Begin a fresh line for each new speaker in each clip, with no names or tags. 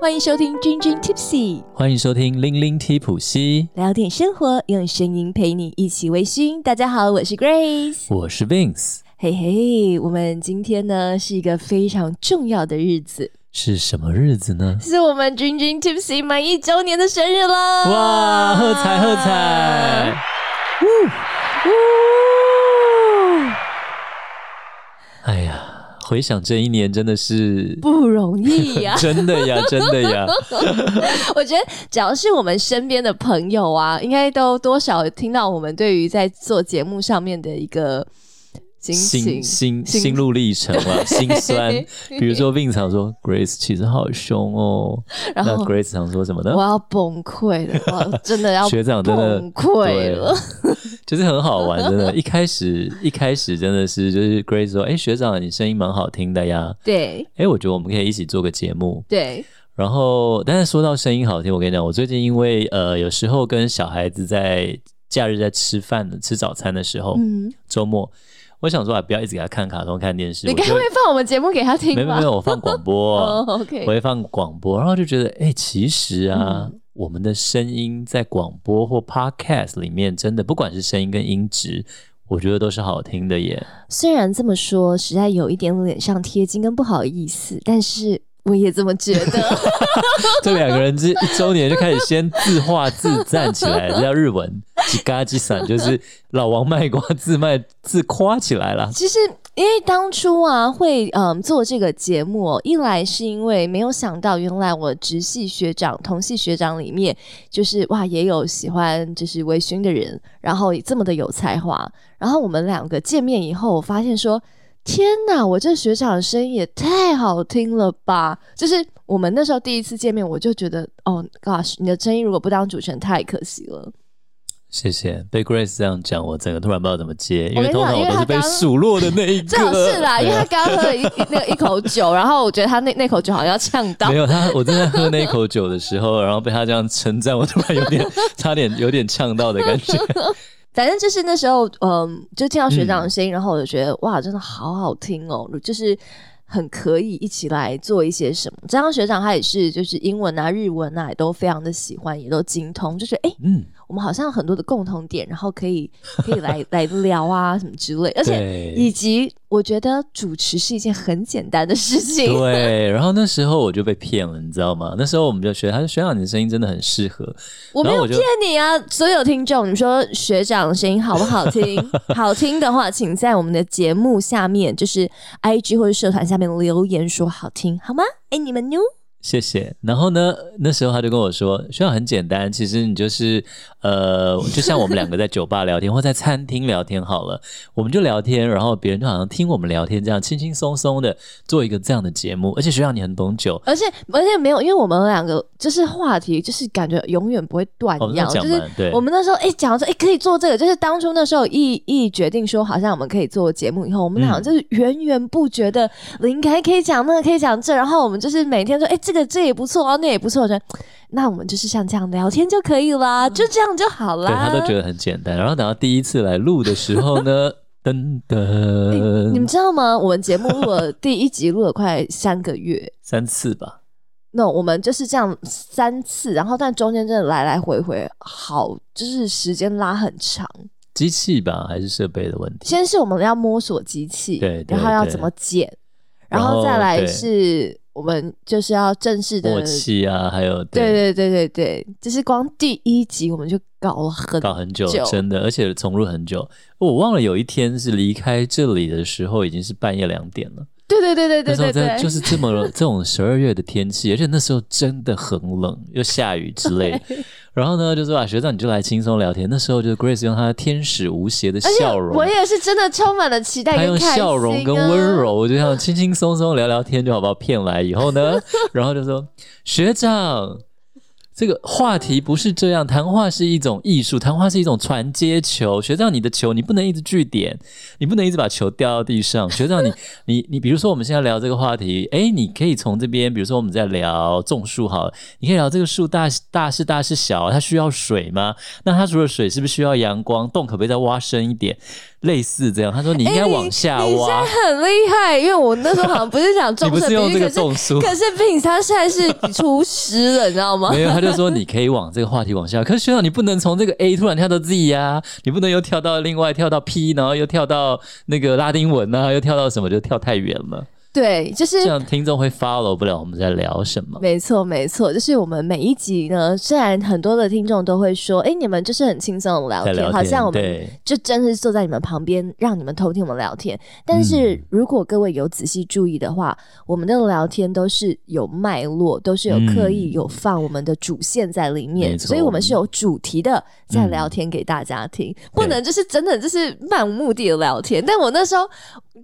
欢迎收听君君 Tipsy，
欢迎收听《零零 T 普西
聊点生活，用声音陪你一起微醺。大家好，我是 Grace，》，
我是 Vince。
嘿嘿，我们今天呢是一个非常重要的日子，
是什么日子呢？
是我们君君 Tipsy 满一周年的生日啦！
哇，喝彩喝彩！
呜！
哎呀，回想这一年真的是，
不啊容易 呀、
真的呀，真的呀，
我觉得只要是我们身边的朋友啊，应该都多少听到我们对于在做节目上面的一个心情
心。心心路历程 啊，心酸。比如说 Vince 常说 Grace 其实好凶哦，
然
那
后
Grace 常说什 么呢
我？要崩溃了，我真的要
学长真的
崩溃了。
对，就是很好玩，真的。一开始一开始真的是就是 Grace 说，哎、学长你声音蛮好听的呀，
对
哎、我觉得我们可以一起做个节目。
对，
然后，但是说到声音好听，我跟你讲，我最近因为呃，有时候跟小孩子在假日在吃饭的吃早餐的时候，
嗯，
周末，我想说啊，不要一直给他看卡通、看电视，
你
我
该
就
不会放我们节目给他听
没没
吧？
没有，我放广
哦
播，
，OK，
我会放广播，然后就觉得，哎、其实啊，
嗯
我们的声音在广播或 podcast 里面，真的不管是声音跟音质，我觉得都是好听的耶。
虽然这么说，实在有一点脸上贴金跟不好意思，但是我也这么觉 得。
这两个人这一周年就开始先自画自赞起来，这叫日文“叽嘎叽散”，就是老王卖瓜自卖自夸起来了。
其实，因为当初啊会嗯做这个节目、哦，一来是因为没有想到，原来我直系学长、同系学长里面，就是哇也有喜欢就是微醺的人，然后也这么的有才华。然后我们两个见面以后，我发现说。天呐，我这学长的声音也太好听了吧！就是我们那时候第一次见面，我就觉得，哦，gosh，你的声音如果不当主持人太可惜了。
谢谢，被 Grace 这样讲，我整个突然不知道怎么接，因
我跟
为
你
通常
讲因
我
为
都
他
是被
刚
数落的那一个。
最好是啦，因为
对
他
啊
刚喝了一一那个一口酒，然后我觉得他那那口酒好像要呛到
没。有他，我正在喝那一口酒的时候，然后被他这样称赞，我突然有点差点有点呛到的感觉。
反正就是那时候，嗯，就听到学长的声音，然后我就觉得哇，真的好好听哦，就是很可以一起来做一些什么。加上学长他也是就是英文啊、日文啊也都非常的喜欢，也都精通，就觉得哎、诶
嗯，
我们好像有很多的共同点，然后可以可以来来聊啊什么之类，而且以
对。
及我觉得主持是一件很简单的事情。
对，然后那时候我就被骗了，你知道吗？那时候我们就学，他说学长你的声音真的很适合，
我没
然
有
后我就
骗你啊，所有听众，你说学长的声音好不好 听？好听的话，请在我们的节目下面，就是 I G 或者社团下面留言说好听，好吗？哎，你们妞，
谢谢。然后呢，那时候他就跟我说，学长很简单，其实你就是呃，就像我们两个在酒吧聊天或在餐厅聊天好了， 我们就聊天，然后别人就好像听我们聊天这样，轻轻松松的做一个这样的节目。而且学长你很懂酒，
而且而且没有，因为我们两个就是话题，就是感觉永远不会断
我
一
们
样，
要
就
哦讲
是
完，对
我，们那时候哎讲说哎可以做这个，就是当初那时候一一决定说好像我们可以做节目以后，我们俩
嗯
就是源源不绝的灵感可以讲那个可以讲这，然后我们就是每天说哎这个这也不错哦，那也不错，我觉得那我们就是像这样聊天就可以啦，就这样就好啦。
嗯对他都觉得很简单。然后等到第一次来录的时 候呢，噔噔，
哎你们知道吗？我们节目录 了第一集录了快三个月。
三次吧，
那、我们就是这样三次，然后但中间真的来来回回好，就是时间拉很长。
机器吧还是设备的问题？
先是我们要摸索机器，
对对
然后要
对
怎么剪，然
然后
后再来
对
是我们就是要正式的
默，契啊，还有
对对对对对，就是光第一集我们就搞了很
搞很久，
久
真的，而且重录很久。我忘了有一天是离开这里的时候，已经是半夜两点了。
对对对对对对
那时候
对，
在就是这 么这种十二月的天气，而且那时候真的很冷，又下雨之类的。然后呢，就说啊，学长你就来轻松聊天。那时候就是 Grace 用她的天使无邪的笑容，
我也是真的充满了期待
他
跟
用
开心、啊、
笑容跟温。柔，就像轻轻松松聊聊天就好，把我骗来以 后呢，然后就说学长，这个话题不是这样，谈话是一种艺术，谈话是一种传接球。学长，你的球你不能一直据点，你不能一直把球掉到 地上。学长你，你你比如说我们现在聊这个话题，诶，你可以从这边，比如说我们在聊种树好了，你可以聊这个树大大是大是小，它需要水吗？那它除了水，是不是需要阳光？洞可不可以再挖深一点？类似这样。他说你应该往下
哎你现在
挖，
很厉害，因为我那时候好像不是想
你
重
不
色
是用
比
这
喻，
个
可是
种 树，
可是品他现在是厨师了，你知道吗？
没有，他就说你可以往这个话题往下。可是学长，你不能从这个 A 突然跳到 Z 呀、你不能又跳到另外跳到 P，然后又跳到那个拉丁文啊，又跳到什么，就跳太远了。
对，就是
这样听众会 follow 不了我们在聊什么。
没错，没错，就是我们每一集呢，虽然很多的听众都会说，哎，你们就是很轻松的聊
在
天，
聊天，
好像我们
对
就真的是坐在你们旁边，让你们偷听我们聊天。但
嗯
是如果各位有仔细注意的话，我们的聊天都是有脉络，都是有刻意
嗯
有放我们的主线在里
没
面，
错
所以我们是有主题的在聊天给大家听，
嗯
不能就是真的就是漫无目的的聊天。但我那时候。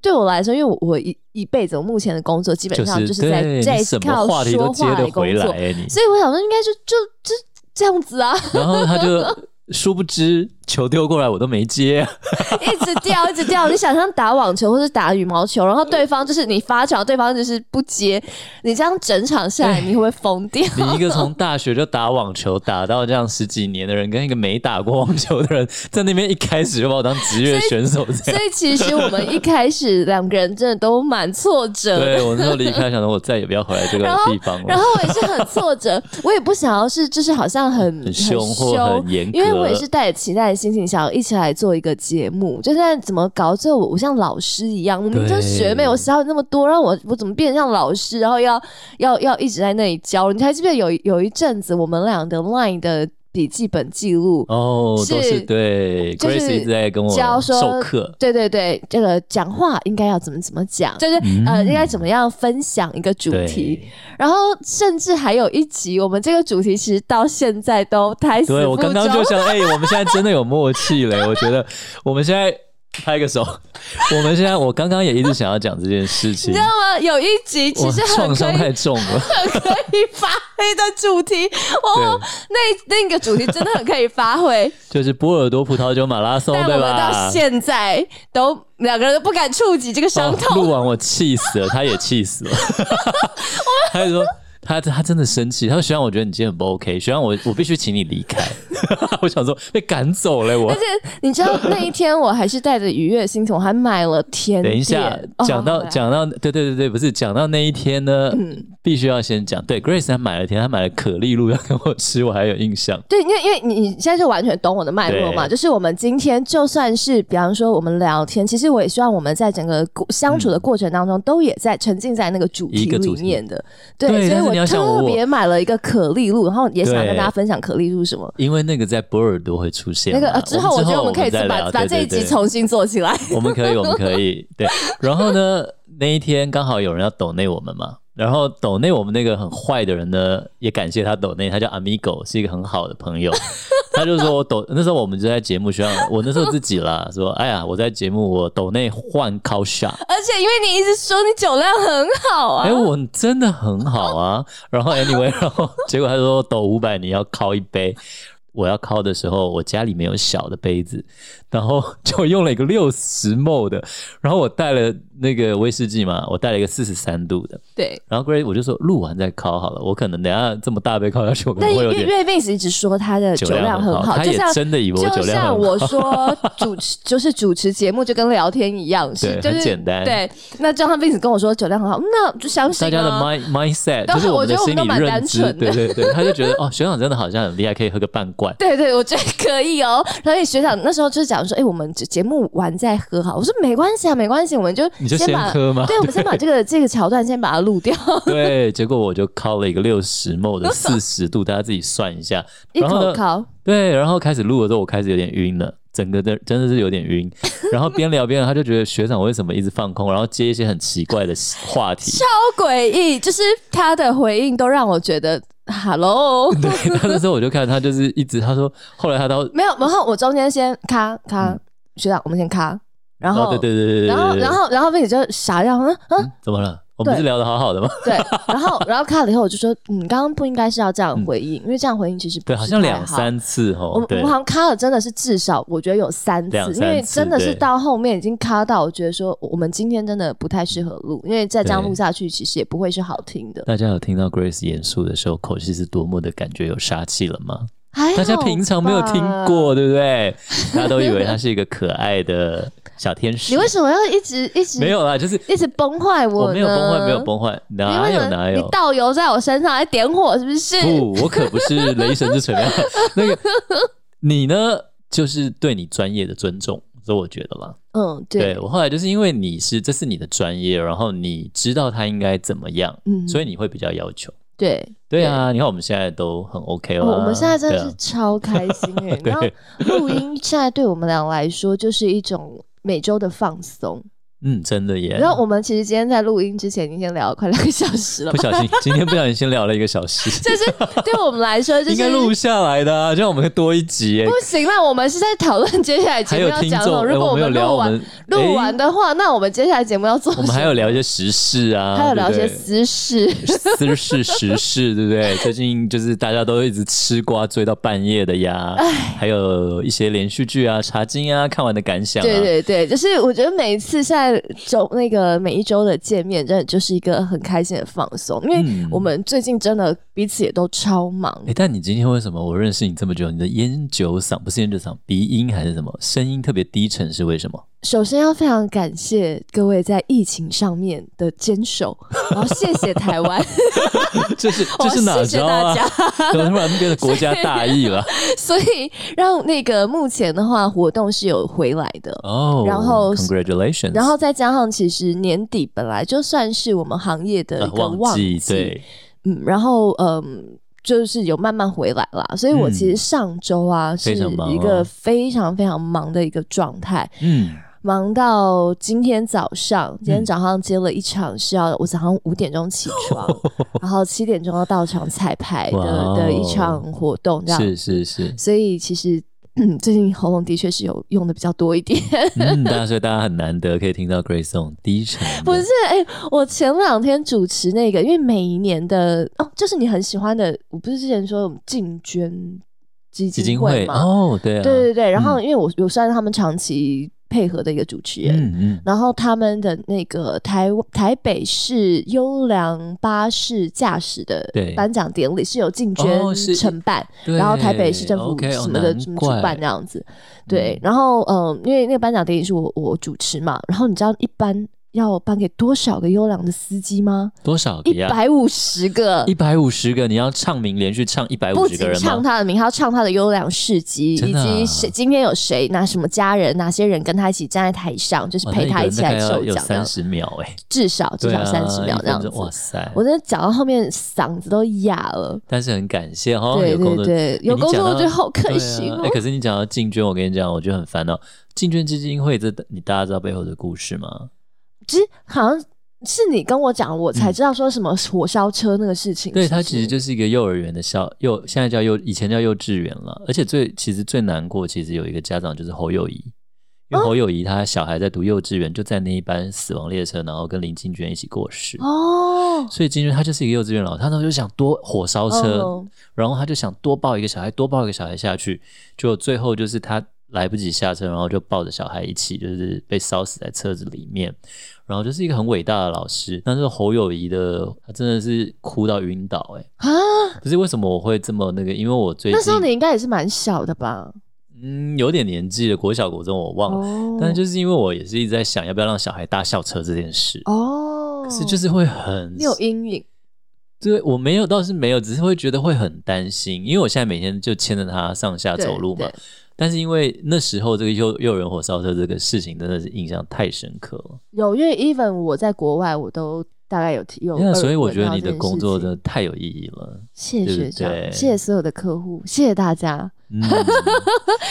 对我来说，因为我我一一辈子，我目前的工作基本上
是
就是在、
对
在
你什
靠
么话题
说
都接
话来
得回
工
来
作，
欸你。
所以我想说，应该就就就这样子啊，
然后他 就殊不知球丢过来我都没 接，啊
一直掉，一直掉。你想象打网球或是打羽毛球，然后对方就是你发球，对方就是不接，你这样整场下来，你会不会疯掉？
你一个从大学就打网球打到这样十几年的人，跟一个没打过网球的人，在那边一开始就把我当职业选手这
所
样。
以其实我们一开始两个人真的都蛮挫折的。
对我那时候离开，想说我再也不要回来这个
然后
地方
然
了
后，我也是很挫 折，我也不想要是，就是好像很
很凶或
凶
很严格，
因为我也是带着期待的心情，想要一起来做一个节目。就现在怎么搞，最后我我像老师一样，我们
对
就是学妹，我教你那么多，然后我我怎么变得像老师，然后要 要要一直在那里教？你还记不记得有一有一阵子我们俩的 LINE 的笔记本记录？
哦，都
是
是对
就是
，Grace 一直在跟我
教说
授课，
对对对，这个讲话应该要怎么怎么讲，就是、呃，
嗯
应该怎么样分享一个主题，
对，
然后甚至还有一集，我们这个主题其实到现在都胎死腹中。
对我刚刚就想，哎、我们现在真的有默 契嘞！我觉得我们现在拍个手，我们现在我刚刚也一直想要讲这件事情
你知，道吗？有一集其
我
实很
创
可
伤
以
太 重了，
很可以发挥的主题，哦，
对，
那那个主题真的很可以发挥，
就是波尔多葡萄酒马拉松，
但我
对
们
吧
到？现在都两个人都不敢触及这个伤
哦
痛。
录、完我气死了，他也气死 了，他就说。他他真的生气，他说：“学长，我觉得你今天很不 OK，学长，我我必须请你离 开。”我想说被赶走了，我
而且你知道那一天我还是带着愉悦的心情，我还买了甜点。
等一下，讲到
哦
讲到，对对对对，不是讲到那一天呢，
嗯
必须要先讲。对，Grace 她买了甜，她买了可丽露要 跟我吃，我还有印象。
对，因为因为你你现在就完全懂我的脉络嘛，
对
就是我们今天就算是比方说我们聊天，其实我也希望我们在整个过相处的过程当中，都也在沉浸在那个主题
嗯一个
里
主题
面的。对，
对但是
所
你
以
要
我
想我
特别买了一个可丽露，然后也想跟大家分享可丽露是什么。
因为那个在波尔多会出现
那
嘛。
个、呃、之后，我
我
觉得我们可以
再
把
聊
把这一集，重 新做起来。
对对对我们可以，我们可以。对，然后呢，那一天刚好有人要抖内我们嘛，然后抖内我们那个很坏的人呢，也感谢他抖内，他叫 Amigo，是一个很好的朋友。他就说我抖那时候我们就在节目上，我那时候自己啦，说哎呀，我在节目我抖内换 c o shot。
而且因为你一直说你酒量很好啊，
哎、我真的很好啊。 然后 anyway，然后结果他说抖五百，你要敲一杯。我要敲的时候，我家里没有小的杯子，然后就用了一个六十 ml 的，然后我带了那个威士忌嘛，我带了一个四十三度的，
对。
然后 Grace 我就说录完再敲好了，我可能等一下这么大杯敲下去，我可
但
能会
月
有点
月 Vince 一直说他的酒量很
很
好，
他
就
也
像
真的以为我酒
就
量
像
很
我
好，
说主持就是主持节目就跟聊天一样，是
对
就是
很简单
对，那张翰 Vince 跟我说酒量很好，那我就相信
大家的
啊。
mind mindset
对
就是
我
们
觉
的
得我
心
们都
理
蛮
认
单
知，
纯
对对对，他就觉得哦，学长真的好像很厉害，可以喝个半罐，
对对，我觉得可以哦。然后也学长那时候就是讲说，哎、我们节目完再喝好。我说没关系啊，没关系，我们就
你就先
把，
喝嘛，
对，我们先把这个这个桥段先把它录掉，
对，结果我就敲了一个六十 m 的四十度，大家自己算一下。
一
然后
口
呢
烤。
对，然后开始录的时候，我开始有点晕了，整个的真的是有 点晕。然后边聊边聊，他就觉得学长为什么一直放空，然后接一些很奇怪的话题。
超诡异，就是他的回应都让我觉得 hello。
对，他那时候我就看他就是一直，他说后来他到
没有，然后我中间先咔咔，学长，我们先咔，然后、
嗯哦对对对对对对，
然后，
对
然后，然后妹子就傻掉，嗯嗯，
怎么了？我们不是聊的好 好的吗？
对，然后，然后看了以后，我就说，嗯，刚刚不应该是要这样回应，因为这样回应其实不
嗯对，
是
好像
太
两。三次
我
哦
们，我
对
们好，像卡了，真的是至少我觉得有三次，
两三次
因为真的是
对
到后面已经卡到，我觉得说我们今天真的不太适合录，因为再这样录下去，其实也不会是好听的。
大家有听到 Grace 演述的时候，口气是多么的感觉有杀气了吗？
还好
大家平常没有听
吧
过，对不对？大家都以为她是一个可爱的小天使。
你为什么要一直一直
没有啦？就是
一直崩坏我
我没有崩坏，
呢
没有崩坏，
你
哪
为什
有
么
哪
你
有？
倒油在我身上还点火，是不是？
不，我可不是雷神之锤啊。那个 你呢，就是对你专业的尊重，这我觉得啦。
嗯，
对
对，
我后来就是因为你是这是你的专业，然后你知道他应该怎么样，
嗯
所以你会比较要求。
对。
对啊，你看我们现在都很 OK 了、
哦，我们现在真
对
的
啊
是超开心哎、
对
然后录音现在对我们俩来说就是一种每周的放松。
嗯，真的耶。
然后我们其实今天在录音之前已经先聊了快两个小时了
不
吧，
小心，今天不小心先聊了一个小时，
就是对我们来说就
应
是
该录下来的、啊，这样我们可以多一集耶
不。行了。我们是在讨论接下来
还
节目
有
要
听
讲什
众，
么。
哎
如果
我们有聊
录
我
完
们
录完
哎
的话，那我们接下来节目要做什
我
么？
们还有聊一些时事 啊，
还有聊一些
对不
私
对
事。
私事时事， 对不对？最近就是大家都一直吃瓜追到半夜的呀，还有一些连续剧啊、茶经啊，看完的感想啊，
对对对，就是我觉得每一次现在周那个每一周的见面，真的就是一个很开心的放松，因为
嗯
我们最近真的彼此也都超忙。
哎、但你今天为什么我认识你这么久，你的烟酒嗓不是烟酒嗓，鼻音还是什么，声音特别低沉，是为什 么？
首先要非常感谢各位在疫情上面的坚 守，然后谢谢台湾，
这是
我
这是哪
哦谢谢
招
大
啊？
家。
怎 么突然变得国家大义了？
所以让那个目前的话活动是有回来的，
哦，
然后
congratulations，
然后再加上其实年底本来就算是我们行业的
呃
一个
忘记
季
对，
嗯，然后嗯，就是有慢慢回来啦，所以我其实上周啊、是
嗯非常忙
一
哦
个非常非常忙的一个状态，
嗯，
忙到今天早上，今天早上接了一场是要我早上五点钟起 床，然后七点钟要到场彩排的、
哇哦
的一场活动，这样，
是是是，
所以其实。 嗯，最近喉咙的确是有用的比较多一点，
嗯，大家所以大家很难得可以听到 Grace Song 低沉的，
不是，哎、我前两天主持那个，因为每一年的哦，就是你很喜欢的，我不是之前说我们进捐基
基
金
金
会
会
吗？
哦，对啊，
对对对，然后因为我我算是他们长期配合的一个主持人，
嗯嗯，
然后他们的那个台台北市优良巴士驾驶的
对
颁奖典礼是由进捐
哦是
承办，
对
然后台北市政府
OK，哦
什么的
难
什么主
怪
办这样子。对，然后嗯，因为那个颁奖典礼是我我主持嘛，然后你知道一般要颁给多少个优良的司机吗？
多少个
一
哎呀？
百五十个
一。百五十个，你要唱名连续唱一百
不
五十
仅
个人
唱
吗？
他的名，还要唱他的优良事迹，以
真的啊
及谁今天有谁拿什么家人、哪些人跟他一起站在台上，就是
哇
陪他一起来抽
有
奖这样
三。十秒哎、
至少至
对
少
啊
三十秒
一
这样
分
子。
钟哇塞！
我真的讲到后面嗓子都哑了。
但是很感谢哈，
对
有工作
对对
哎
有
你
工
讲
作
到
就好开
对啊
心哦
哎可是你讲到进捐，我跟你讲，我觉得很烦恼。进捐基金会这你大家知道背后的故事吗？
其实好像是你跟我讲，我才知道说什么火烧车那个事情。
对，
是不
它
是
其实就是一个幼儿园的小幼，现在叫幼，以前叫幼稚园了。而且最其实最难过，其实有一个家长就是侯友谊，因为侯友谊他小孩在读幼稚园，就在那一班死亡列车，然后跟林进娟一起过世。
哦，
所以进娟他就是一个幼稚园老师，他那时候就想多火烧车，
嗯
然后他就想多抱一个小孩，多抱一个小孩下去，就最后就是他来不及下车，然后就抱着小孩一起就是被烧死在车子里面，然后就是一个很伟大的老师。但是侯友谊的他真的是哭到晕倒、欸，
啊，
可是为什么我会这么那个？因为我最近
那时候你应该也是蛮小的吧？
嗯有点年纪了，国小国中我忘了，
哦，
但就是因为我也是一直在想要不要让小孩搭校车这件事。
哦，
可是就是会很
你有阴影
对，我没有，倒是没有，只是会觉得会很担心，因为我现在每天就牵着他上下走路嘛
对。对
但是因为那时候这个幼幼儿园火烧车这个事情真的是印象太深刻了，
有，因为 even 我在国外，我都大概有提有
那
耳闻到这件事情。
所以我觉得你的工作真的太有意义了。
谢谢
对
学
不
长，
对
谢谢所有的客户，谢谢大家。
嗯，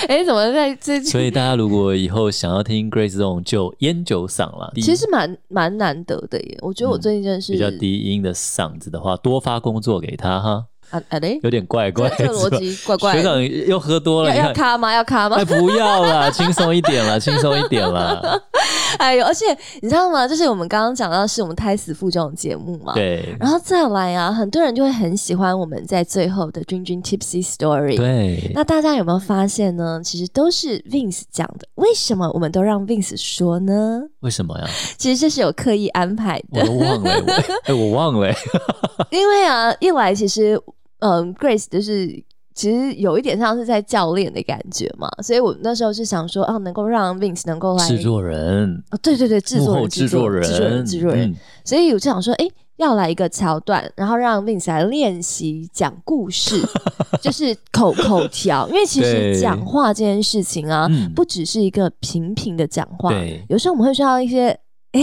哎，怎么在这？
所以大家如果以后想要听 Grace 这种就烟酒嗓啦，低
其实蛮蛮难得的耶，我觉得我
嗯
最近真的是
比较低音的嗓子的话，多发工作给他哈，
啊啊 嘞，
有点怪怪的。
这个逻辑怪怪的
学长又喝多了，
要
你
要
看，
卡吗？要卡吗
哎，？不要啦，轻松一点 啦，轻松一点啦。
哎呦，而且你知道吗？就是我们刚刚讲到是我们胎死腹中的节目嘛，。
对
然后再来啊，很多人就会很喜欢我们在最后的君君 Tipsy Story。
对，
那大家有没有发现呢？其实都是 Vince 讲的，为什么我们都让 Vince 说呢？
为什么呀？
其实这是有刻意安排
我
的，
都忘了， 我哎，我忘了。
因为啊，一来其实嗯，Grace 就是其实有一点像是在教练的感觉嘛，所以我那时候是想说，啊，能够让 Vince 能够来
制作人、
哦，对对对，制
幕
作
后
人、
制作
人、制作人、制作人，
嗯
所以我就想说，哎，要来一个桥段，然后让 Vince 来练习讲故 事，就是口口条，因为其
对
实讲话这件事情啊，
嗯
不只是一个平平的讲话，
对，
有时候我们会需要一些哎，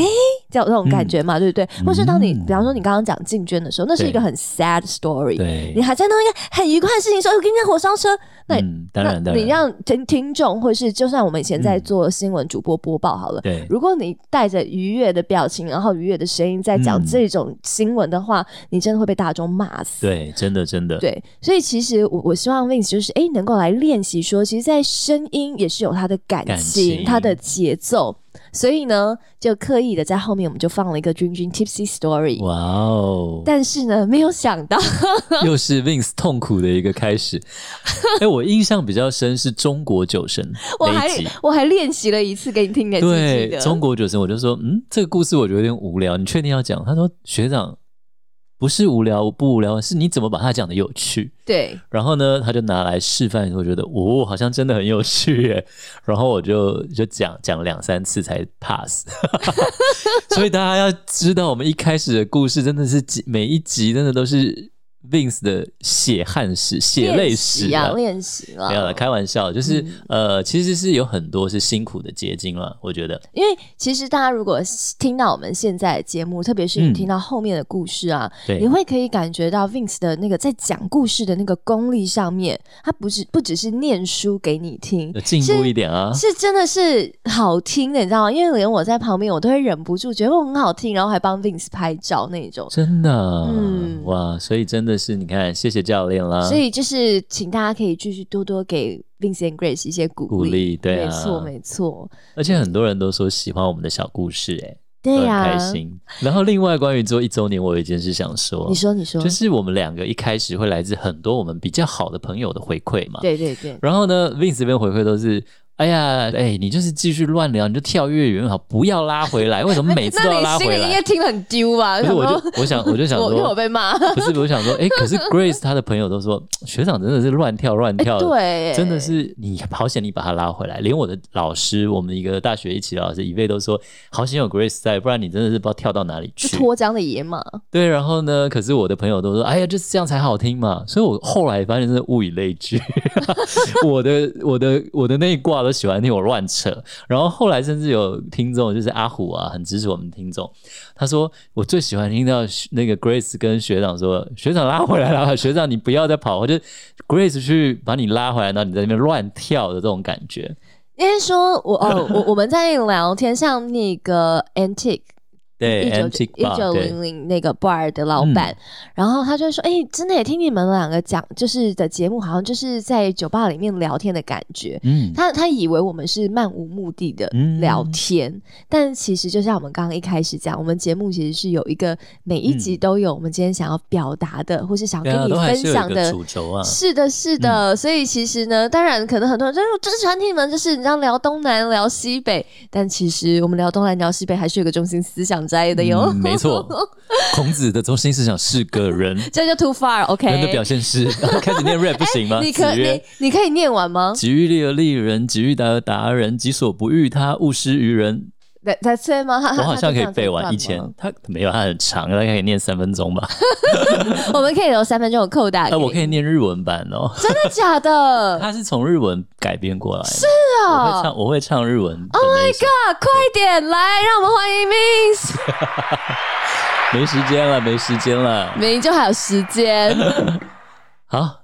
这样这种感觉嘛，对不对？或是当你，
嗯
比方说你刚刚讲竞捐的时候，那是
对
一个很 sad story，
对
你，还在弄一个很愉快的事情，说哎我跟你讲火烧车，那
嗯，当然
那
当
你
然，
让听听众，或是就算我们以前在
嗯
做新闻主播播报好了，
对，
如果你带着愉悦的表情，然后愉悦的声音在讲
嗯
这种新闻的话，你真的会被大众骂死。
对，真的真的，
对所以其实我我希望 Vince 就是哎能够来练习说，其实，在声音也是有它的感
感
情、
情
它的节奏，所以呢，就刻意的在后面我们就放了一个君君 Tipsy Story。
哇哦，
但是呢，没有想到，
又是 Vince 痛苦的一个开始。哎，我印象比较深是中国酒神
我
那
还
一集。
我还练习了一次给你听，给你记
对
得。
中国酒神，我就说，嗯，这个故事我觉得有点无聊，你确定要讲？他说，学长，不是无聊不无聊，是你怎么把它讲的有趣。
对
然后呢，他就拿来示范，我觉得哦，好像真的很有趣耶。 然后我就就讲讲了两三次才 pass。所以大家要知道，我们一开始的故事真的是几每一集真的都是 Vince 的血汗史、血泪
练
史
习
啊
啊，。练习啊，
没有了，开玩笑，就是、
嗯
呃，其实是有很多是辛苦的结晶了，我觉得。
因为其实大家如果听到我们现在的节目，特别是你
嗯
听到后面的故事啊，
对
你会可以感觉到 Vince 的那个在讲故事的那个功力上面，他不是不只是念书给你听
有。进步一点啊，
是真的是好听的，你知道吗？因为连我在旁边，我都会忍不住觉得我很好听，然后还帮 Vince 拍照那种。
真的啊，
嗯
哇，所以真的是你看，谢谢教练啦，
所以就是，请大家可以继续多多给 Vince and Grace 一些鼓励。
鼓励对啊，
没错，没错，
而且很多人都说喜欢我们的小故事、哎、
对啊
都
呀、
很开心。然后另外关于做一周年，我有一件事想说，
你说，你说，
就是我们两个一开始会来自很多我们比较好的朋友的回馈嘛，。
对对对，
然后呢，Vince 这边回馈都是。哎呀，哎，你就是继续乱聊，你就跳越远好，不要拉回 来。为什么每次都要
那
拉
你心
回
里应
来
该？听得很丢吧？
不是，
想说
我就我想我就 想
我因为我
说，
被骂，
不是，我想说，哎，可是 Grace 她的朋友都说，学长真的是乱跳乱跳的，
哎对，
真的是你好险，你把他拉回来。连我的老师，我们一个大学一起的老师，一位都说好险有 Grace 在，不然你真的是不知道跳到哪里
是
去。
脱缰的野马，
对，然后呢，可是我的朋友都说，哎呀，就是这样才好听嘛。所以我后来发现真的物以类聚， 我的我的我的那一挂都喜欢听我乱扯。然后后来甚至有听众，就是阿虎啊，很支持我们听众，他说我最喜欢听到那个 Grace 跟学长说，学长拉回来啦，学长你不要再跑，或者 Grace 去把你拉回来，然后你在那边乱跳的这种感觉。
应该说我 哦，我我们在聊天，像那个 Antique
对
一九
，Antique
一九
Bar，对
零零那个 bar 的老板，然后他就说：“哎、真的也听你们两个讲，就是的节目，好像就是在酒吧里面聊天的感觉。”
嗯，
他他以为我们是漫无目的的聊天，但其实就像我们刚刚一开始讲，我们节目其实是有一个每一集都有我们今天想要表达的，或是想
嗯对
要
啊，
跟你
都还
分
是有
享
一
的
个主嗯轴啊，
是的，是的，所以其实呢，当然可能很多人就是我真喜欢听你们，就是你知道聊东南聊西北，但其实我们聊东南聊西北还是有个中心思想在的哟。
嗯没错，孔子的中心思想是个人，
这就 too far，OK？、
人的表现是 开始念 rap 不行 吗？
你可
子曰
你你可以念完吗：“
己欲立而立人，己欲达而达人，己所不欲，他勿施于人。
来来催吗？”
我
我
好像可以背完。以前他没有，他很长，大概可以念三分钟吧。
我们可以留三分钟的扣打。
那呃我可以，念日文版哦，
真的假 的？
他是从日文改编过来的。是我会
啊
唱，我会唱日文。Oh my god！
啊，快点来，让我们欢迎 Miss，
没时间了，没时间了。
明明就还有时 间。
好，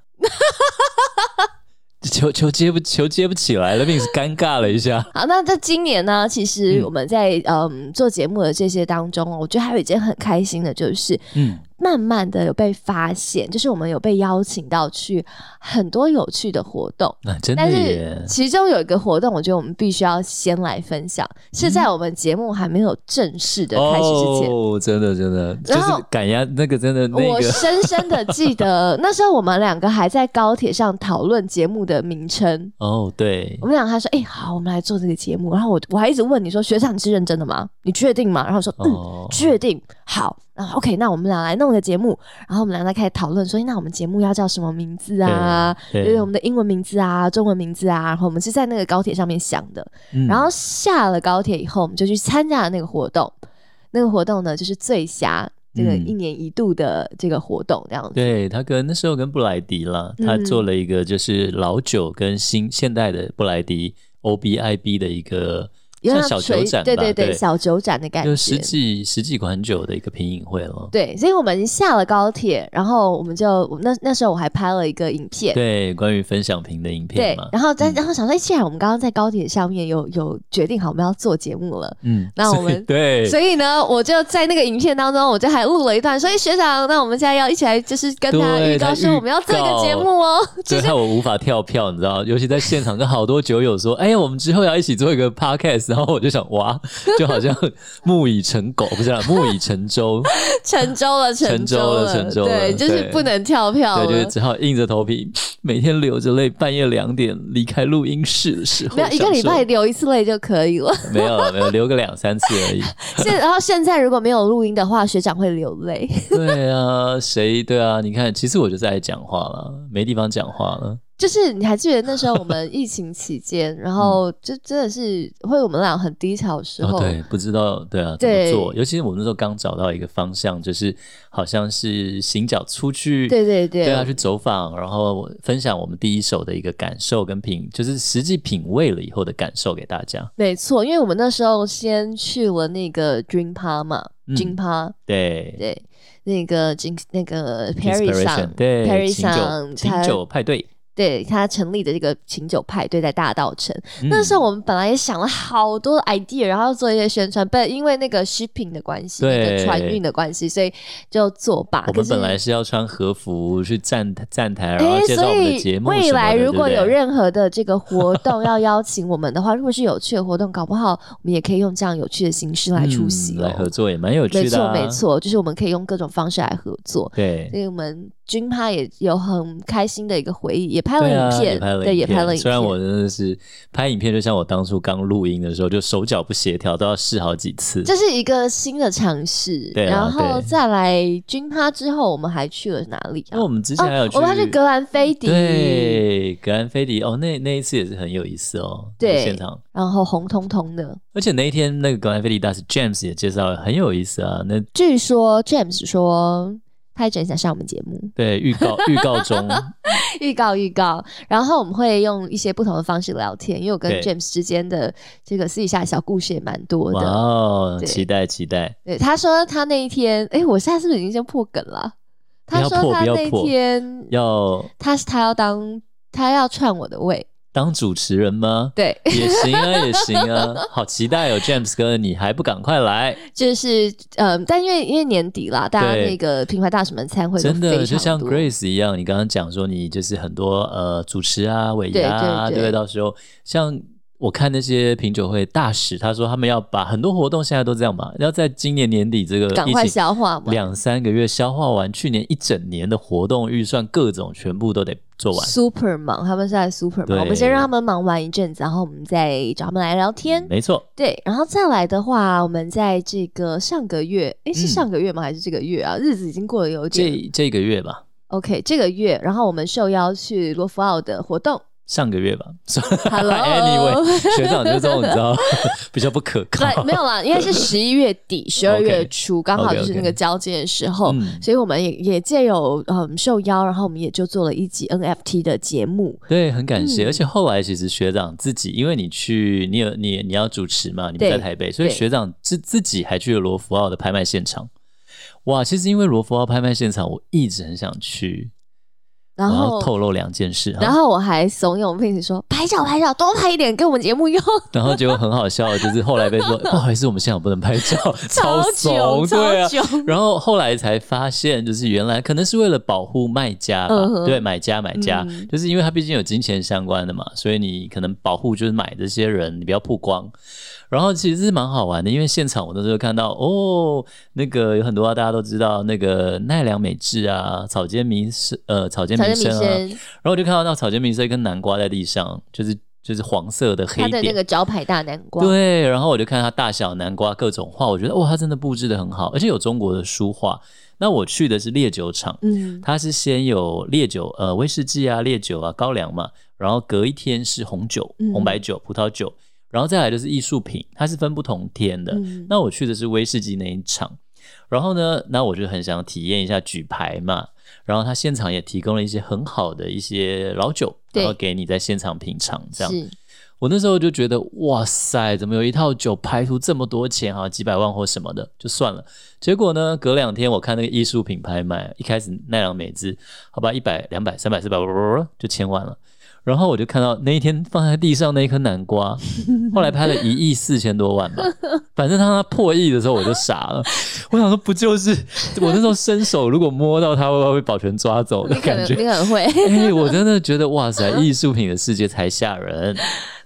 球球接不球接不起来了，并是尴尬了一下。
好，那在今年呢，其实
嗯
我们在嗯做节目的这些当中，我觉得还有一件很开心的，就是
嗯，
慢慢的有被发现，就是我们有被邀请到去很多有趣的活动。
那、真的
但
耶
是。其中有一个活动，我觉得我们必须要先来分享，是
嗯
在我们节目还没有正式的开始之前，
哦，真的真的，就
然后
是赶鸭那个真的那
我
个，
深深的记 得那时候我们两个还在高铁上讨论节目的名称，
哦对
我，们俩还说，哎、好，我们来做这个节目。然后我我还一直问你说，学长你是认真的吗？你确定吗？然后我说，嗯，
哦
确定。好，然后 OK，那我们俩来弄个节目，然后我们俩再开始讨论说，诶那我们节目要叫什么名字啊？
对，
就是我们的英文名字啊、中文名字啊，然后我们是在那个高铁上面想的。
嗯
然后下了高铁以后，我们就去参加了那个活动。那个活动呢，就是醉侠这个
嗯
一年一度的这个活动，这样子。
对他跟那时候跟布莱迪啦，他
嗯
做了一个就是老酒跟新现代的布莱迪 O B I B 的一个
有
像
点
小
垂
酒展吧，
对对对，
对，
小酒展的感
就
觉。
实际实际款酒的一个品饮会了。
对，所以我们下了高铁，然后我们就我那那时候我还拍了一个影片，
对，关于分享瓶的影片嘛，
然后但
嗯
然后想说，哎既然我们刚刚在高铁上面有有决定好我们要做节目了，
嗯，
那
所以
我们
对
所以呢，我就在那个影片当中，我就还录了一段，所以学长，那我们现在要一起来，就是跟他
对
预告
他
说
预
我们要做一个
告
节目哦，
这害我无法跳票，你知道，尤其在现场跟好多酒 友说：“哎、我们之后要一起做一个 podcast。”然后我就想，哇，就好像木已成狗，不是啦，木已 成舟，
沉舟 了，沉
沉
舟
舟了沉舟
对，
了
就是
对
不能跳票
对，就是
了。
只好硬着头皮，每天流着泪，半夜两点离开录音室的时候，
没有一个
享
礼
受
拜流一次泪就可以了。
没有了，没有流个两三次 而已。
现然后现在如果没有录音的话，学长会流泪。
对啊，谁对啊？你看，其实我就是爱讲话了，没地方讲话了。
就是你还记得那时候我们疫情期间，然后就真的是会我们俩很低潮的时候，
嗯哦，对，不知道对啊怎
对
么做，尤其是我那时候刚找到一个方向，就是好像是行脚出去，
对对对
对啊，去走访，然后分享我们第一手的一个感受跟品，就是实际品味了以后的感受给大家。
没错，因为我们那时候先去了那个 Dream Park 嘛、
嗯
d r e a m Park
对
对，那个 j 那个 Perry 上
Inspiration，对
Perry
琴
上
酒
他
琴酒派对，
对他成立的这个琴酒派对在大道城，
嗯
那时候我们本来也想了好多 idea，然后要做一些宣传，但因为那个 shipping 的关系，那
对
个船运的关系，所以就作罢。
我
可
们
是
本来是要穿和服去站站台，然
哎
后，介绍
所
我们的
以
节目什么的
未来如果有
对不对
任何的这个活动要邀请我们的话，如果是有趣的活动，搞不好我们也可以用这样有趣的形式来出席
嗯
哦
来。合作也蛮有
没
趣的、
错，
啊，
没，错，就是我们可以用各种方式来合作。
对。
所以我们军趴也有很开心的一个回忆，也拍了
对啊
影片，对，也
也
拍
拍
了
了
影片。
虽然我真的是拍影片，就像我当初刚录音的时候，就手脚不协调，都要试好几次。
这是一个新的尝试，
对啊
然后
对
再来军趴之后，我们还去了哪里啊
那？我们之前还有去，
我们还去格兰菲迪，，
对格兰菲迪哦，那那一次也是很有意思哦，
对
那个现场。
然后红彤彤的。
而且那一天那个格兰菲迪大师 James 也介绍了很有意思啊，那
据说 James 说他一直很想上我们节目，
对预告预告 中，
预告预告，然后我们会用一些不同的方式聊天，因为我跟
对
James 之间的这个私底下的小故事也蛮多
哇
的。
哦，
对
期待期待。
对，他说他那一天，诶，我现在是不是已经先破梗了？他
要
说
破
他
不要
那一
破
天，
要
他他要当他要串我的位，
当主持人吗？
对。
也行啊，也行啊，好期待哦，James 哥，你还不赶快来？
就是嗯，但因为因为年底啦，大家
对
那个品牌大使们参会都
真的
非
就
常
像
多
Grace 一样，你刚刚讲说你就是很多呃主持啊、尾牙啊，
对对对
对不对？到时候像我看那些品酒会大使，他说他们要把很多活动现在都这样嘛，要在今年年底这个
赶
疫
快
情
消化嘛，
两三个月消化完去年一整年的活动预算，各种全部都得做完。
super 忙，他们是在 super 忙，
对
我们先让他们忙完一阵子，然后我们再找他们来聊天。
没错，
对，然后再来的话，我们在这个上个月，诶，是
嗯
上个月吗？还是这个月啊？日子已经过得有点
这这个月吧，
OK。这个月，然后我们受邀去罗浮奥的活 动
上个月吧。
，Hello。
anyway，学长就这种你知道 比较不可靠
对，。没有 啦，应该是十一月底、十二
OK
月初，刚好就是那个
OK，OK
交接的时候
嗯
所以我们也也借有嗯受邀，然后我们也就做了一集 NFT 的节目。
对，很感谢。
嗯
而且后来其实学长自己，因为你去，你有你你要主持嘛，你不在
对
台北，所以
对
学长自自己还去了罗浮奥的拍卖现场。哇，其实因为罗浮奥拍卖现场，我一直很想去。
然
我
后
要，透露两件事哈，
然后我还怂恿 p i n 说拍照拍照，多拍一点给我们节目用。
然后结果很好笑，就是后来被说 不好意思，我们现场不能 拍照，超
久，
怂，对
超
啊。
久。
然后后来才发现，就是原来可能是为了保护卖家吧，
嗯哼
对买家买家，
嗯
就是因为他毕竟有金钱相关的嘛，所以你可能保护就是买这些人，你不要曝光。然后其实是蛮好玩的，因为现场我那时候看到哦，那个有很多、啊、大家都知道那个奈良美智啊，草间弥生呃草间
反
弥
正米
生啊，
生
然后我就看到那草间弥生跟南瓜在地上，就是。就是黄色的黑
他
点，
的那个招牌大南瓜，
对，啊然后我就看他大小南瓜各种画，我觉得哇，他真的布置的很好，而且有中国的书画。那我去的是烈酒厂，
嗯，
它是先有烈酒，呃，威士忌啊、烈酒啊、高粱嘛，然后隔一天是红酒、
嗯
红白酒、葡萄酒，然后再来就是艺术品，它是分不同天的。
嗯
那我去的是威士忌那一场，然后呢，那我就很想体验一下举牌嘛，然后他现场也提供了一些很好的一些老酒，
对
然后给你在现场品尝这样。
是
我那时候就觉得，哇塞，怎么有一套酒拍出这么多钱啊，几百万或什么的，就算了。结果呢，隔两天我看那个艺术品拍卖，一开始奈良美智，好吧，一百、两百、三百、四百，就千万了。然后我就看到那一天放在地上那一颗南瓜，后来拍了一亿四千 多万吧。反正当它破亿的时候，我就傻了。我想说，不就是我那时候伸手如果摸到它，会不会被保全抓走的
你可
感
能
觉？
你很会，
哎、我真的觉得哇塞，艺术品的世界才吓人。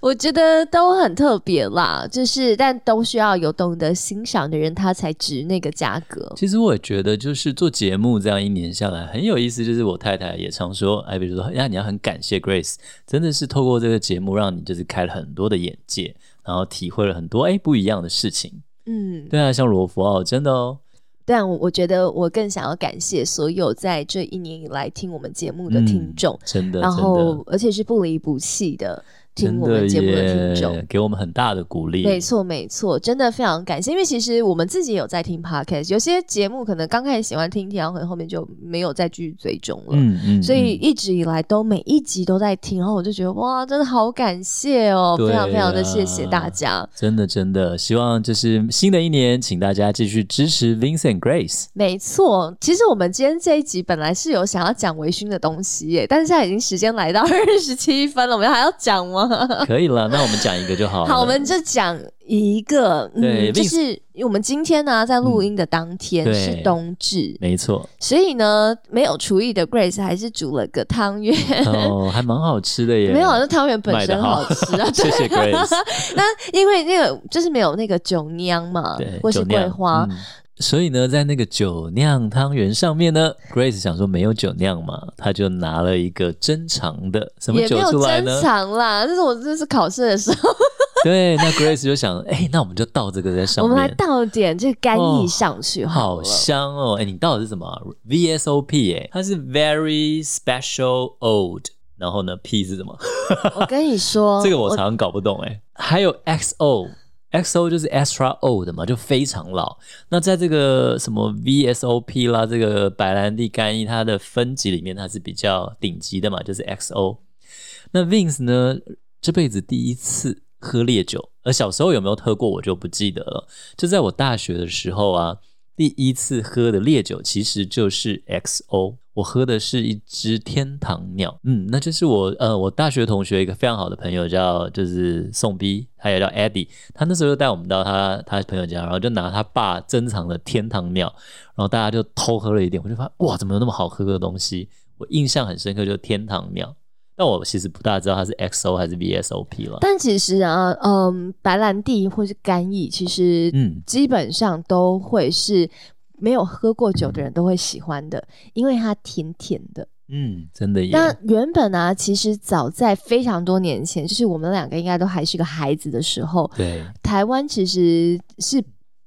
我觉得都很特别啦，就是但都需要有懂得欣赏的人，他才值那个价格。
其实我也觉得，就是做节目这样一年下来很有意思。就是我太太也常说，哎，比如说，呀，你要很感谢 Grace，真的是透过这个节目，让你就是开了很多的眼界，然后体会了很多哎不一样的事情。
嗯，
对啊，像罗福奥，真的哦，
但我我觉得我更想要感谢所有在这一年以来听我们节目的听众，
嗯真的，
然
真
后
的
而且是不离不弃的听
真
我
的
们节目的听
耶
众。，
给我们很大的鼓励。
没错，没错，真的非常感谢，因为其实我们自己也有在听 podcast，有些节目可能刚开始喜欢听听，然后可能后面就没有再继续追踪了。
嗯嗯，
所以
嗯
一直以来都每一集都在听，然后我就觉得哇，真的好感谢哦，
对啊
非常非常的谢谢
啊
大家。
真的真的，希望就是新的一年，请大家继续支持 Vincent Grace。
没错，其实我们今天这一集本来是有想要讲微醺的东西耶，但是现在已经时间来到 二十七分了，我们还要讲吗？
可以了，那我们讲一个就好了。
好，我们就讲一个，嗯，
对
就
另
是我们今天呢、在录音的当天、
嗯对
是冬至，
没错，
所以呢，没有厨艺的 Grace 还是煮了个汤 圆，
哦，还蛮好吃的耶。
没有，啊那汤圆本
卖
身
得好
吃 啊，
谢谢 Grace，
那因为那个就是没有那个酒酿嘛
对，，
啊或是
酒
桂
酿
花，
嗯所以呢，在那个酒酿汤圆上面呢，Grace 想说没有酒酿嘛，她就拿了一个珍藏的什么
也
酒
没有
出来
珍
呢？
藏啦。这是我这次考试的时候，
对，那 Grace 就想，哎、那我们就倒这个在上
我们来
面，
倒点这个干
哦
邑上去好
好
了。
香哦！哎、你倒的是什么啊、VSOP 哎、它是 Very Special Old，然后呢 P 是什么？
我跟你说，
这个我常常搞不懂哎、还有 XO。XO 就是 extra old 嘛，就非常老。那在这个什么 VSOP 啦，这个白兰地干邑它的分级里面，它是比较顶级的嘛，就是 XO。那 Vince 呢，这辈子第一次喝烈酒，而小时候有没有喝过我就不记得了。就在我大学的时候啊，第一次喝的烈酒其实就是 XO，我喝的是一只天堂鸟，嗯，那就是我呃，我大学同学一个非常好的朋友叫就是宋逼，他也叫 Eddie，他那时候就带我们到他他朋友家，然后就拿他爸珍藏的天堂鸟，然后大家就偷喝了一点，我就发现哇，怎么有那么好喝的东西？我印象很深刻，就是天堂鸟。但我其实不大知道它是 XO 还是 VSOP 了。
但其实啊，嗯，白兰地或是干邑，其实
嗯，
基本上都会是没有喝过酒的人都会喜欢的，因为它甜甜的。
嗯，真的耶。
那原本啊，其实早在非常多年前，就是我们两个应该都还是个孩子的时候，
对，
台湾其实是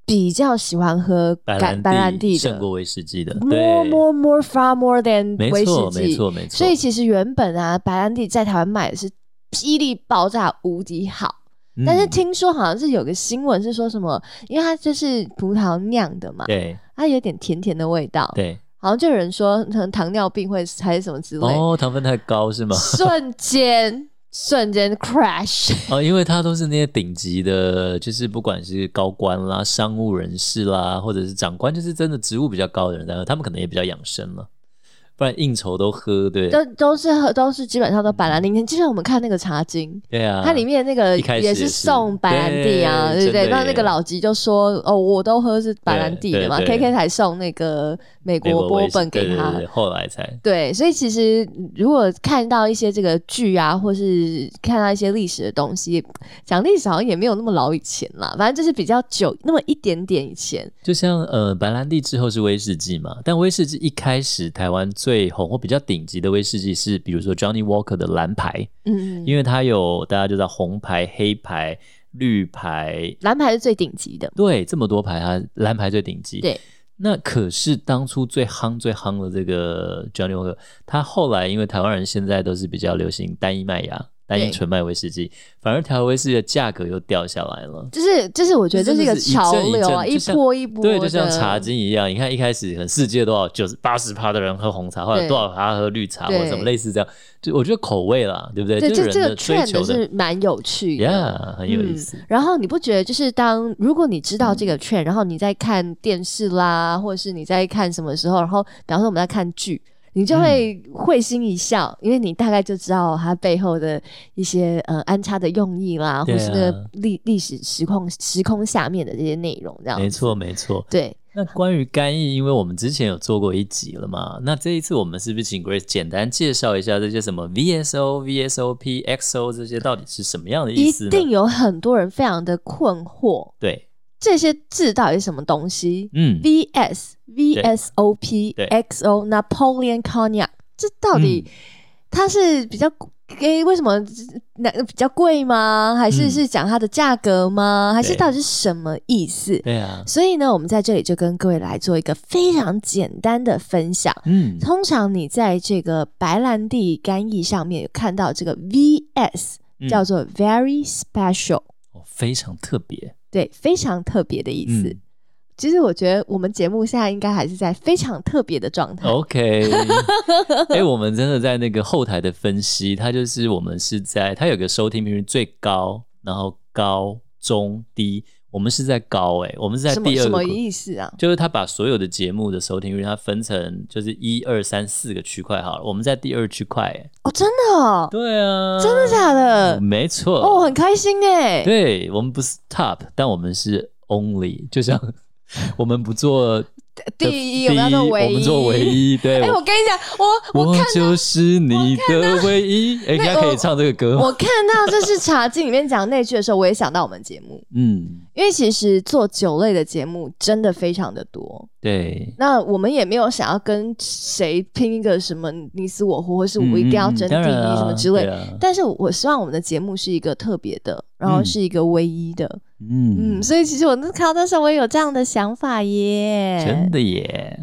比较喜欢喝
白
干
兰
白兰地
胜
的
过威士忌的，对，
，more more more far more than
没
威士
错，
忌，
没错，没错。
所以其实原本啊，白兰地在台湾卖的是霹雳爆炸无敌好，
嗯，
但是听说好像是有个新闻是说什么，因为它就是葡萄酿的嘛，
对
它有点甜甜的味道，
对
好像就有人说可能糖尿病会还是什么之类，
哦，糖分太高是 吗？
瞬间瞬间 crash。
哦，因为它都是那些顶级的，就是不管是高官啦、商务人士啦，或者是长官，就是真的职务比较高的人在喝，他们可能也比较养生了，不然应酬都喝，对嗯
都都是喝，都是基本上都白兰地。你记得我们看那个茶经，
对啊，
它里面那个
一开始
也
也
是
是
送白兰地啊，
对
对不对？
真的耶
那那个老吉就说：“哦，我都喝是白兰地的嘛。
对对
”K
对
K 才送那个美
美
国
威
波
士
本
对
给
对
他
对。对后来才
对，所以其实如果看到一些这个剧啊，或是看到一些历史的东西，讲历史好像也没有那么老以前啦，反正就是比较久那么一点点以前。
就像呃，白兰地之后是威士忌嘛，但威士忌一开始台湾最红或比较顶级的威士忌是，比如说 Johnny Walker 的蓝牌，
嗯，
因为它有大家就知道红牌、黑牌、绿牌，
蓝牌是最顶级的，
对，这么多牌，它蓝牌最顶级。
对，
那可是当初最夯最夯的这个 Johnny Walker，他后来因为台湾人现在都是比较流行单一麦芽、单
对
一纯麦威士忌，反而调和威士忌的价格又掉下来了。
就是就是我觉得这
这
是一
真
个
的是一阵
潮流啊，
一阵
一
就像
波一波
对，就像
的
茶经一样，你看一开始可能世界多少九十八十趴的人喝红茶，或
对
者多少趴喝绿茶，或者什
对
么类似这样。就我觉得口味啦，对不对？
对，
就
这
是
这个
人的追
trend
求的
是嗯蛮有趣的。
，Yeah，很有意思。嗯
然后你不觉得就是当如果你知道这个券，然后你在看电视啦，或者是你在看什么时候，然后比方说我们在看剧，你就会
嗯
会心一笑，因为你大概就知道它背后的一些呃安插的用意啦，
对
或
啊
是那个历历史时空时空下面的这些内容，这样
没错，没错。
对，
那关于干邑，因为我们之前有做过一集了嘛，那这一次我们是不是请 Grace 简单介绍一下这些什么 VSO、VSOP、XO 这些到底是什么样的意
一
思呢？
定有很多人非常的困惑，
对，
这些字到底是什么东西？
嗯，
VS、VSOP、
对嗯
XO、Napoleon Cognac，这到底它是比较诶、为什么那比较贵吗？还是
嗯
是讲它的价格吗？还是
对
到底是什么意思？
对啊，
所以呢，我们在这里就跟各位来做一个非常简单的分享。
嗯，
通常你在这个白兰地干邑上面有看到这个 VS，
嗯
叫做 Very Special，、
哦非常特别，
对，非常特别的意思。
嗯
其实我觉得我们节目现在应该还是在非常特别的状
哦
态。
OK，哎、我们真的在那个后台的分析，它就是我们是在它有个收听频率最高，然后高中低，我们是在高哎、我们是在
什么
第二
什
个
么
group，
意思啊？
就是他把所有的节目的收听率，它分成就是一二三四个区块好了，我们在第二区块哎、
哦，真的哦，
对啊，
真的假的？
没错
哦，很开心哎。
对我们不是 top，但我们是 only，就像 我们不做
第一，
我
我们要做唯一，
我们做唯。 一，对。
哎，我跟你讲，我我
我
看
就是你的唯一。 哎，人家可以唱这个歌吗？
我看到就是茶经里面讲那句的时候，我也想到我们节目，
嗯，
因为其实做酒类的节目真的非常的多。
对。
那我们也没有想要跟谁拼一个什么你死我活，或是我一定要争第
当
一
然啊
什么之类
对啊
但是我希望我们的节目是一个特别的，然后
嗯
是一个唯一的，嗯
嗯，
所以其实我那看到那时候我也有这样的想法耶，
真的耶。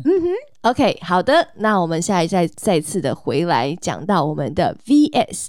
OK，好的，那我们下一再再次的回来讲到我们的 VS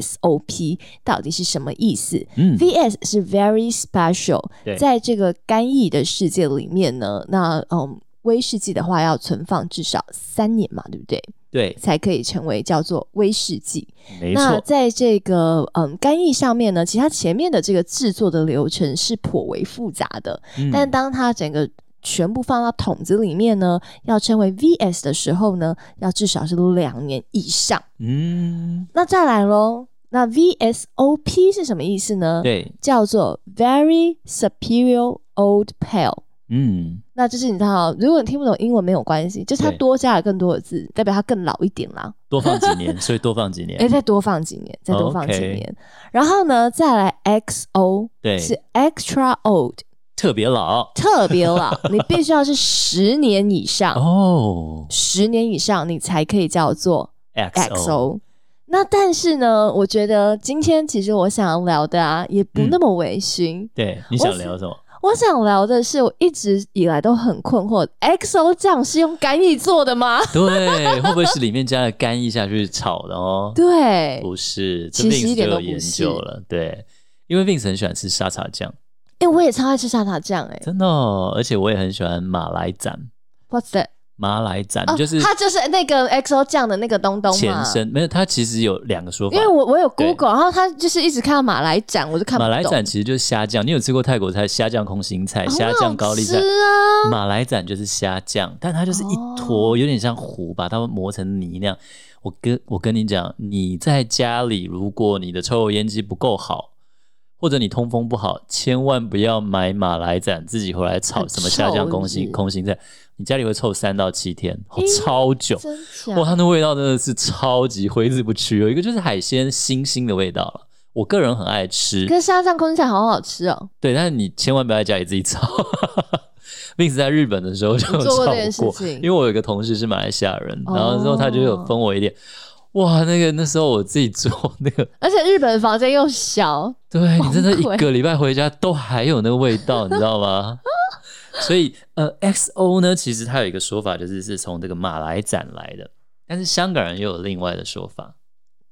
VSOP 到底是什么意思、
嗯，
v s 是 very special，
对
在这个干邑的世界里面呢，那嗯。威士忌的话要存放至少三年嘛，对不对？
对，
才可以成为叫做威士忌。
没
那
错。
在这个嗯干邑上面呢，其实它前面的这个制作的流程是颇为复杂的，
嗯
但当它整个全部放到桶子里面呢，要称为 VS 的时候呢，要至少是两年以上。
嗯，
那再来喽，那 VSOP 是什么意思呢？
对，
叫做 Very Superior Old Pale。
嗯，
那就是你知道，如果你听不懂英文没有关系，就是它
对
多加了更多的字，代表它更老一点啦。
多放几年，所以多放几
哎、
年。
再多放几年，再多放几
哦 OK
年。然后呢，再来 XO
对，
是 extra old，
特别老
特别 老，你必须要是十年以上，
哦。
十、年以上你才可以叫做
XO，
XO。那但是呢，我觉得今天其实我想要聊的啊，也不
嗯
那么微醺。
对，你想聊什么？
我想聊的是，我一直以来都很困惑，XO 酱是用干邑做的 吗？
对，会不会是里面加了干邑下去炒的哦？
对，
不是，这
其实
Vince
一点
就
都
有
不
研
是
究了。对，因为 Vince 很喜欢吃沙茶酱，
哎、我也超爱吃沙茶酱、哎
真的哦、而且我也很喜欢马来盏。
，What's that？
马来盏、
哦，
就是
它就是那个 XO 酱的那个东东嘛
前身，没有，它其实有两个说法
因为。我我有
对
Google，然后他就是一直看到马来展，我就看不
马
懂。哦
来盏其实就是虾酱，你有吃过泰国菜虾酱空心菜、
很
虾酱高丽
好吃
菜？
啊，
马来盏就是虾酱，但它就是一坨，
哦
有点像糊，把它们磨成泥那样。我跟我跟你讲，你在家里，如果你的抽油烟机不够好，或者你通风不好，千万不要买马来盏自己回来炒
很
什么虾酱
臭
空
是不
心
是
空心菜，你家里会臭三到七天，哦
诶
超久。
哦真假？
哇，它那味道真的是超级挥之不去。有一个就是海鲜腥腥的味道了，我个人很爱吃
可，是沙酱空心菜好好吃哦，
对，但是你千万不要在家里自己炒， Vince 在日本的时候就有
你做过
照
这件事
过，
情
因为我有一个同事是马来西亚人，
哦
然后之后他就有分我一点。哇，那个那时候我自己做那个，
而且日本房间又小，
对你真的
崩溃
一个礼拜回家都还有那个味道，你知道吗？ 所以呃，XO 呢，其实它有一个说法，就是是从这个马来展来的，但是香港人又有另外的说法。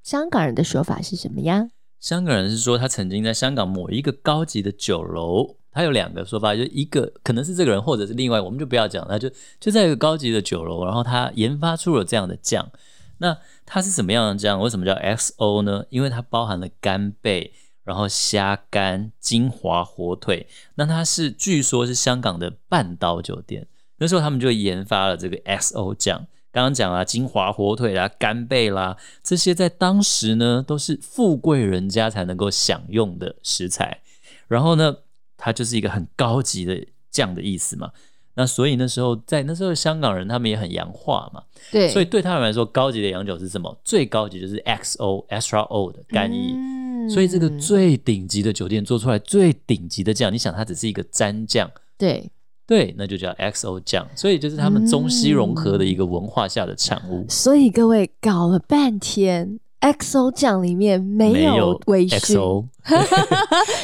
香港人的说法是什么呀？
香港人是说他曾经在香港某一个高级的酒楼，他有两个说法，就一个可能是这个人，或者是另外，我们就不要讲，他就就在一个高级的酒楼，然后他研发出了这样的酱。那它是什么样的酱？为什么叫 XO 呢？因为它包含了干贝，然后虾干、金华火腿。那它是据说是香港的半岛酒店，那时候他们就研发了这个 XO 酱。刚刚讲啊，金华火腿啦、干贝啦，这些在当时呢都是富贵人家才能够享用的食材。然后呢，它就是一个很高级的酱的意思嘛。那所以那时候在那时候香港人他们也很洋化嘛，
对，
所以对他们来说，高级的洋酒是什么？最高级就是 XO extra O 的干邑。
嗯
所以这个最顶级的酒店做出来最顶级的酱，你想它只是一个蘸酱，
对。
对，那就叫 XO 酱。所以就是他们中西融合的一个文化下的产物。
所以各位搞了半天，XO 酱里面没有微 醺，
XO，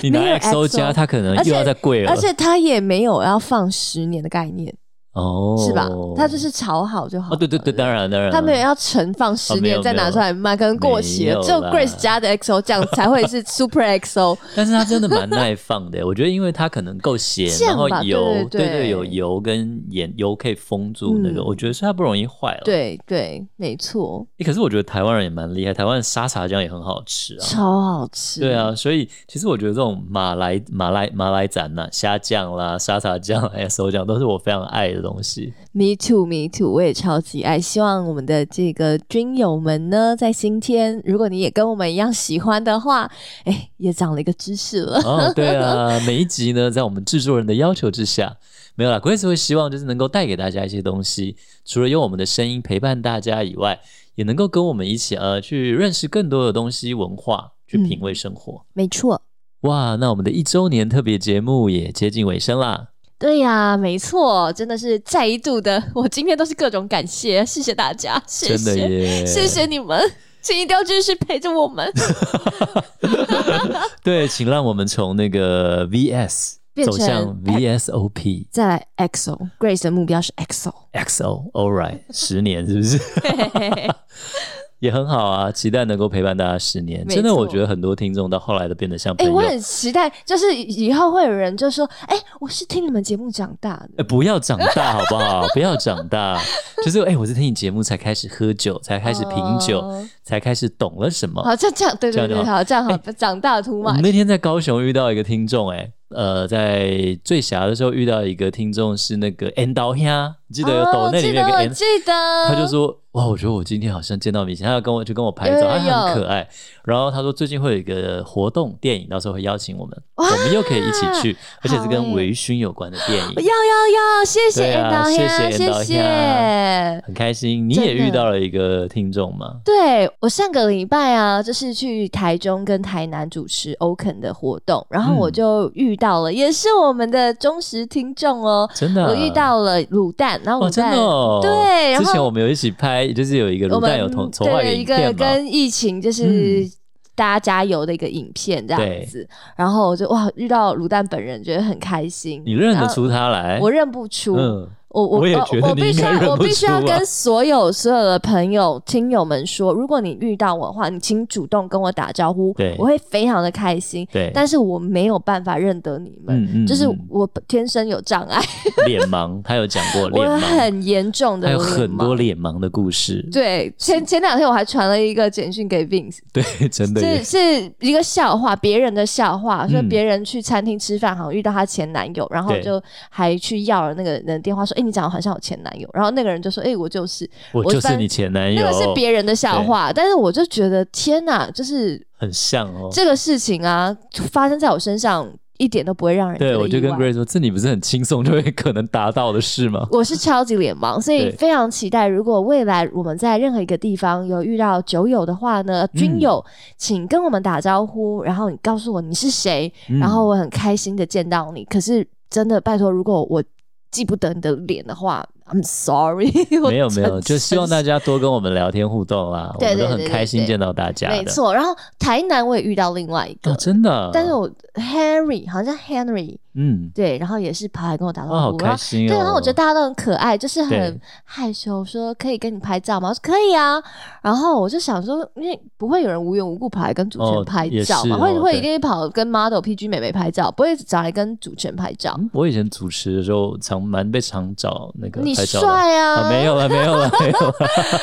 你拿
没有
XO 加，
XO
它可能
而且
又要再贵了，
而且它也没有要放十年的概念，
哦，
是吧？它就是炒好就好了。
哦，对对对，当然当然，
他没有要存放十
哦没有
年再拿出来卖，可能过期了。
没有
只有
啦
Grace 家的 XO 酱才会是 Super XO，
但是它真的蛮耐放的，我觉得因为它可能 够咸，然
酱
后
吧
油，
对对对
对，有油跟盐，油可以封住那个，
嗯
我觉得是它不容易坏了。
对对，没错，
诶，可是我觉得台湾人也蛮厉害，台湾的沙茶酱也很好吃啊。
超好吃。
对，啊，所以其实我觉得这种马来马来马来展呐、虾酱啦、沙茶酱、SO 哎酱都是我非常爱的东西。
Me too, me too，我也超级爱。希望我们的这个军友们呢，在今天，如果你也跟我们一样喜欢的话，哎，也长了一个知识 了。
哦，对啊，每一集呢，在我们制作人的要求之下，没有啦，Grace 会希望就是能够带给大家一些东西，除了用我们的声音陪伴大家以外，也能够跟我们一起呃去认识更多的东西、文化，去
嗯
品味生活。
没错，
哇，那我们的一周年特别节目也接近尾声啦。
对呀、没错，真的是再一度的，我今天都是各种感谢，谢谢大家，谢
真的
谢，
耶！
谢谢你们，请一定要继续陪着我们，
对，请让我们从那个 VS
变
走
成
向 VSOP
再来 EXO。Grace 的目标是 EXO。
XO。All right，十年是不是？
嘿嘿嘿
也很好啊，期待能够陪伴大家十年。
没
真的，
错
我觉得很多听众到后来都变得像
哎、
朋友。
我很期待，就是以后会有人就说，哎、我是听你们节目长大的。
呃不要长大好不好？ 不要长大，就是哎、我是听你节目才开始喝酒，才开始品酒，
哦
才开始懂了什么。
好，这样这样，对
哦这
对
样就
对，
好哎
好，这样好，长大的 too
我们
much。
那天在高雄遇到一个听众、哎，呃，在醉侠的时候遇到一个听众是那个 N 刀虾，你记得有抖
哦
那里面有个
我
N，、
记得，
他就说哇，我觉得我今天好像见到明星，他要跟我就跟我拍照，
嗯有有
他很
有
可爱。然后他说最近会有一个活动，电影到时候会邀请我们，
哇
我们又可以一起去，而且是跟
好哎
微醺有关的电影。
要要要，谢谢
对啊
N 导
谢谢
谢
N 导啊
谢。
很开心，你也
真的
遇到了一个听众吗？
对我上个礼拜啊，就是去台中跟台南主持 Open 的活动，然后
嗯
我就遇到了，也是我们的忠实听众哦，
真的啊、
我遇到了卤蛋，然后
哦，
卤
真
蛋
的、哦，
对然后
之前我们有一起拍，就是有一个
我
卤
们
蛋有同筹划
对
影
一个
片嘛，嗯
跟疫情就是大家加油的一个影片这样子，然后我就哇遇到卤蛋本人，觉得很开心。
你认得出他来？
我认不出，
嗯，
我我
我也
呃
觉得
我
你
必须
应该认
要我
不
必须要
出啊
跟所有所有的朋友听友们说，如果你遇到我的话，你请主动跟我打招呼
对，
我会非常的开心。
对，
但是我没有办法认得你们，
嗯嗯
就是
嗯
我天生有障碍，
脸盲，他有讲过脸
我
盲，
很严重的
还有
脸
很多
盲
脸盲的故事，
对，前前两天我还传了一个简讯给 Vince，
对，真的耶
是是一个笑话，别人的笑话，说
嗯
别人去餐厅吃饭，好像遇到她前男友，然后
对
就还去要了那个人的电话，说：“哎、你长得很像我前男友。”然后那个人就说：“哎、我就是。
我
我
就是
翻
你前男”
那
友，哦
个是别人的笑话，但是我就觉得天哪，就是
很像哦。
这个事情啊，就发生在我身上一点都不会让人觉得
对，我就
意
跟
外
Grace 说，这你不是很轻松就会可能达到的事 吗？
我是超级脸盲，所以
对
非常期待，如果未来我们在任何一个地方有遇到酒友的话呢，
嗯
军友，请跟我们打招呼，然后你告诉我你是谁，
嗯
然后我很开心的见到你。可是真的拜托，如果我记不得你的脸的话，I'm sorry 我
嗯没有没有，
真
就希望大家多跟我们聊天互动啦，
对对
我们都
对
很
对
开心
对
见到大家的。
没错。然后台南我也遇到另外一个，
哦，真的。
但是我 Henry 好像 Henry
嗯，
对，然后也是跑来跟我打招
哇，好
呼，然
开
后
心哦。
对，然后我觉得大家都很可爱，就是
对
很害羞，说可以跟你拍照吗？我说可以啊。然后我就想说，因为不会有人无缘无故跑来跟主持
哦
人拍
也
照
是
嘛，
哦
会会
对
一定跑跟 model、PG 美眉拍照，不会找来跟主持人拍照。
嗯我以前主持的时候，常蛮被常找那个
你
拍照的。
帅啊
啊，没有了，没有了，没有了。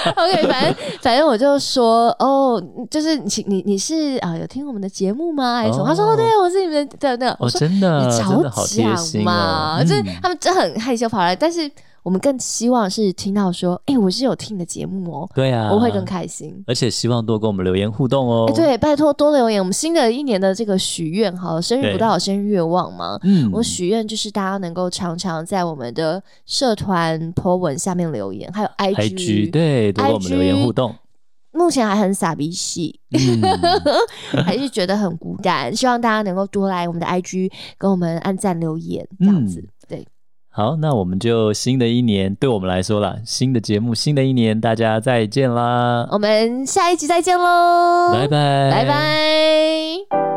OK，反正反正我就说哦，就是你你你是啊、有听我们的节目吗？还是什么？他说
哦
哦，对，我是你们的对对。我
哦，
说
真的，
你
真
早
的好贴
讲
心哦
嘛，。
嗯
就是他们真的很害羞跑来，但是我们更希望是听到说，哎、我是有听你的节目哦，
对啊，
我会更开心。
而且希望多跟我们留言互动哦。
哎，，对，拜托多留言，我们新的一年的这个许愿好了，生日
对
不到有生日愿望吗？
嗯，
我许愿就是大家能够常常在我们的社团 po 文下面留言，还有 IG。
IG 对，多跟我们留言
IG
互动。
目前还很傻逼系，
嗯，
还是觉得很孤单。希望大家能够多来我们的 IG 跟我们按赞留言，这样子。
嗯
对，
好，那我们就新的一年，对我们来说啦，新的节目，新的一年，大家再见啦，
我们下一集再见喽，
哦拜拜，
拜拜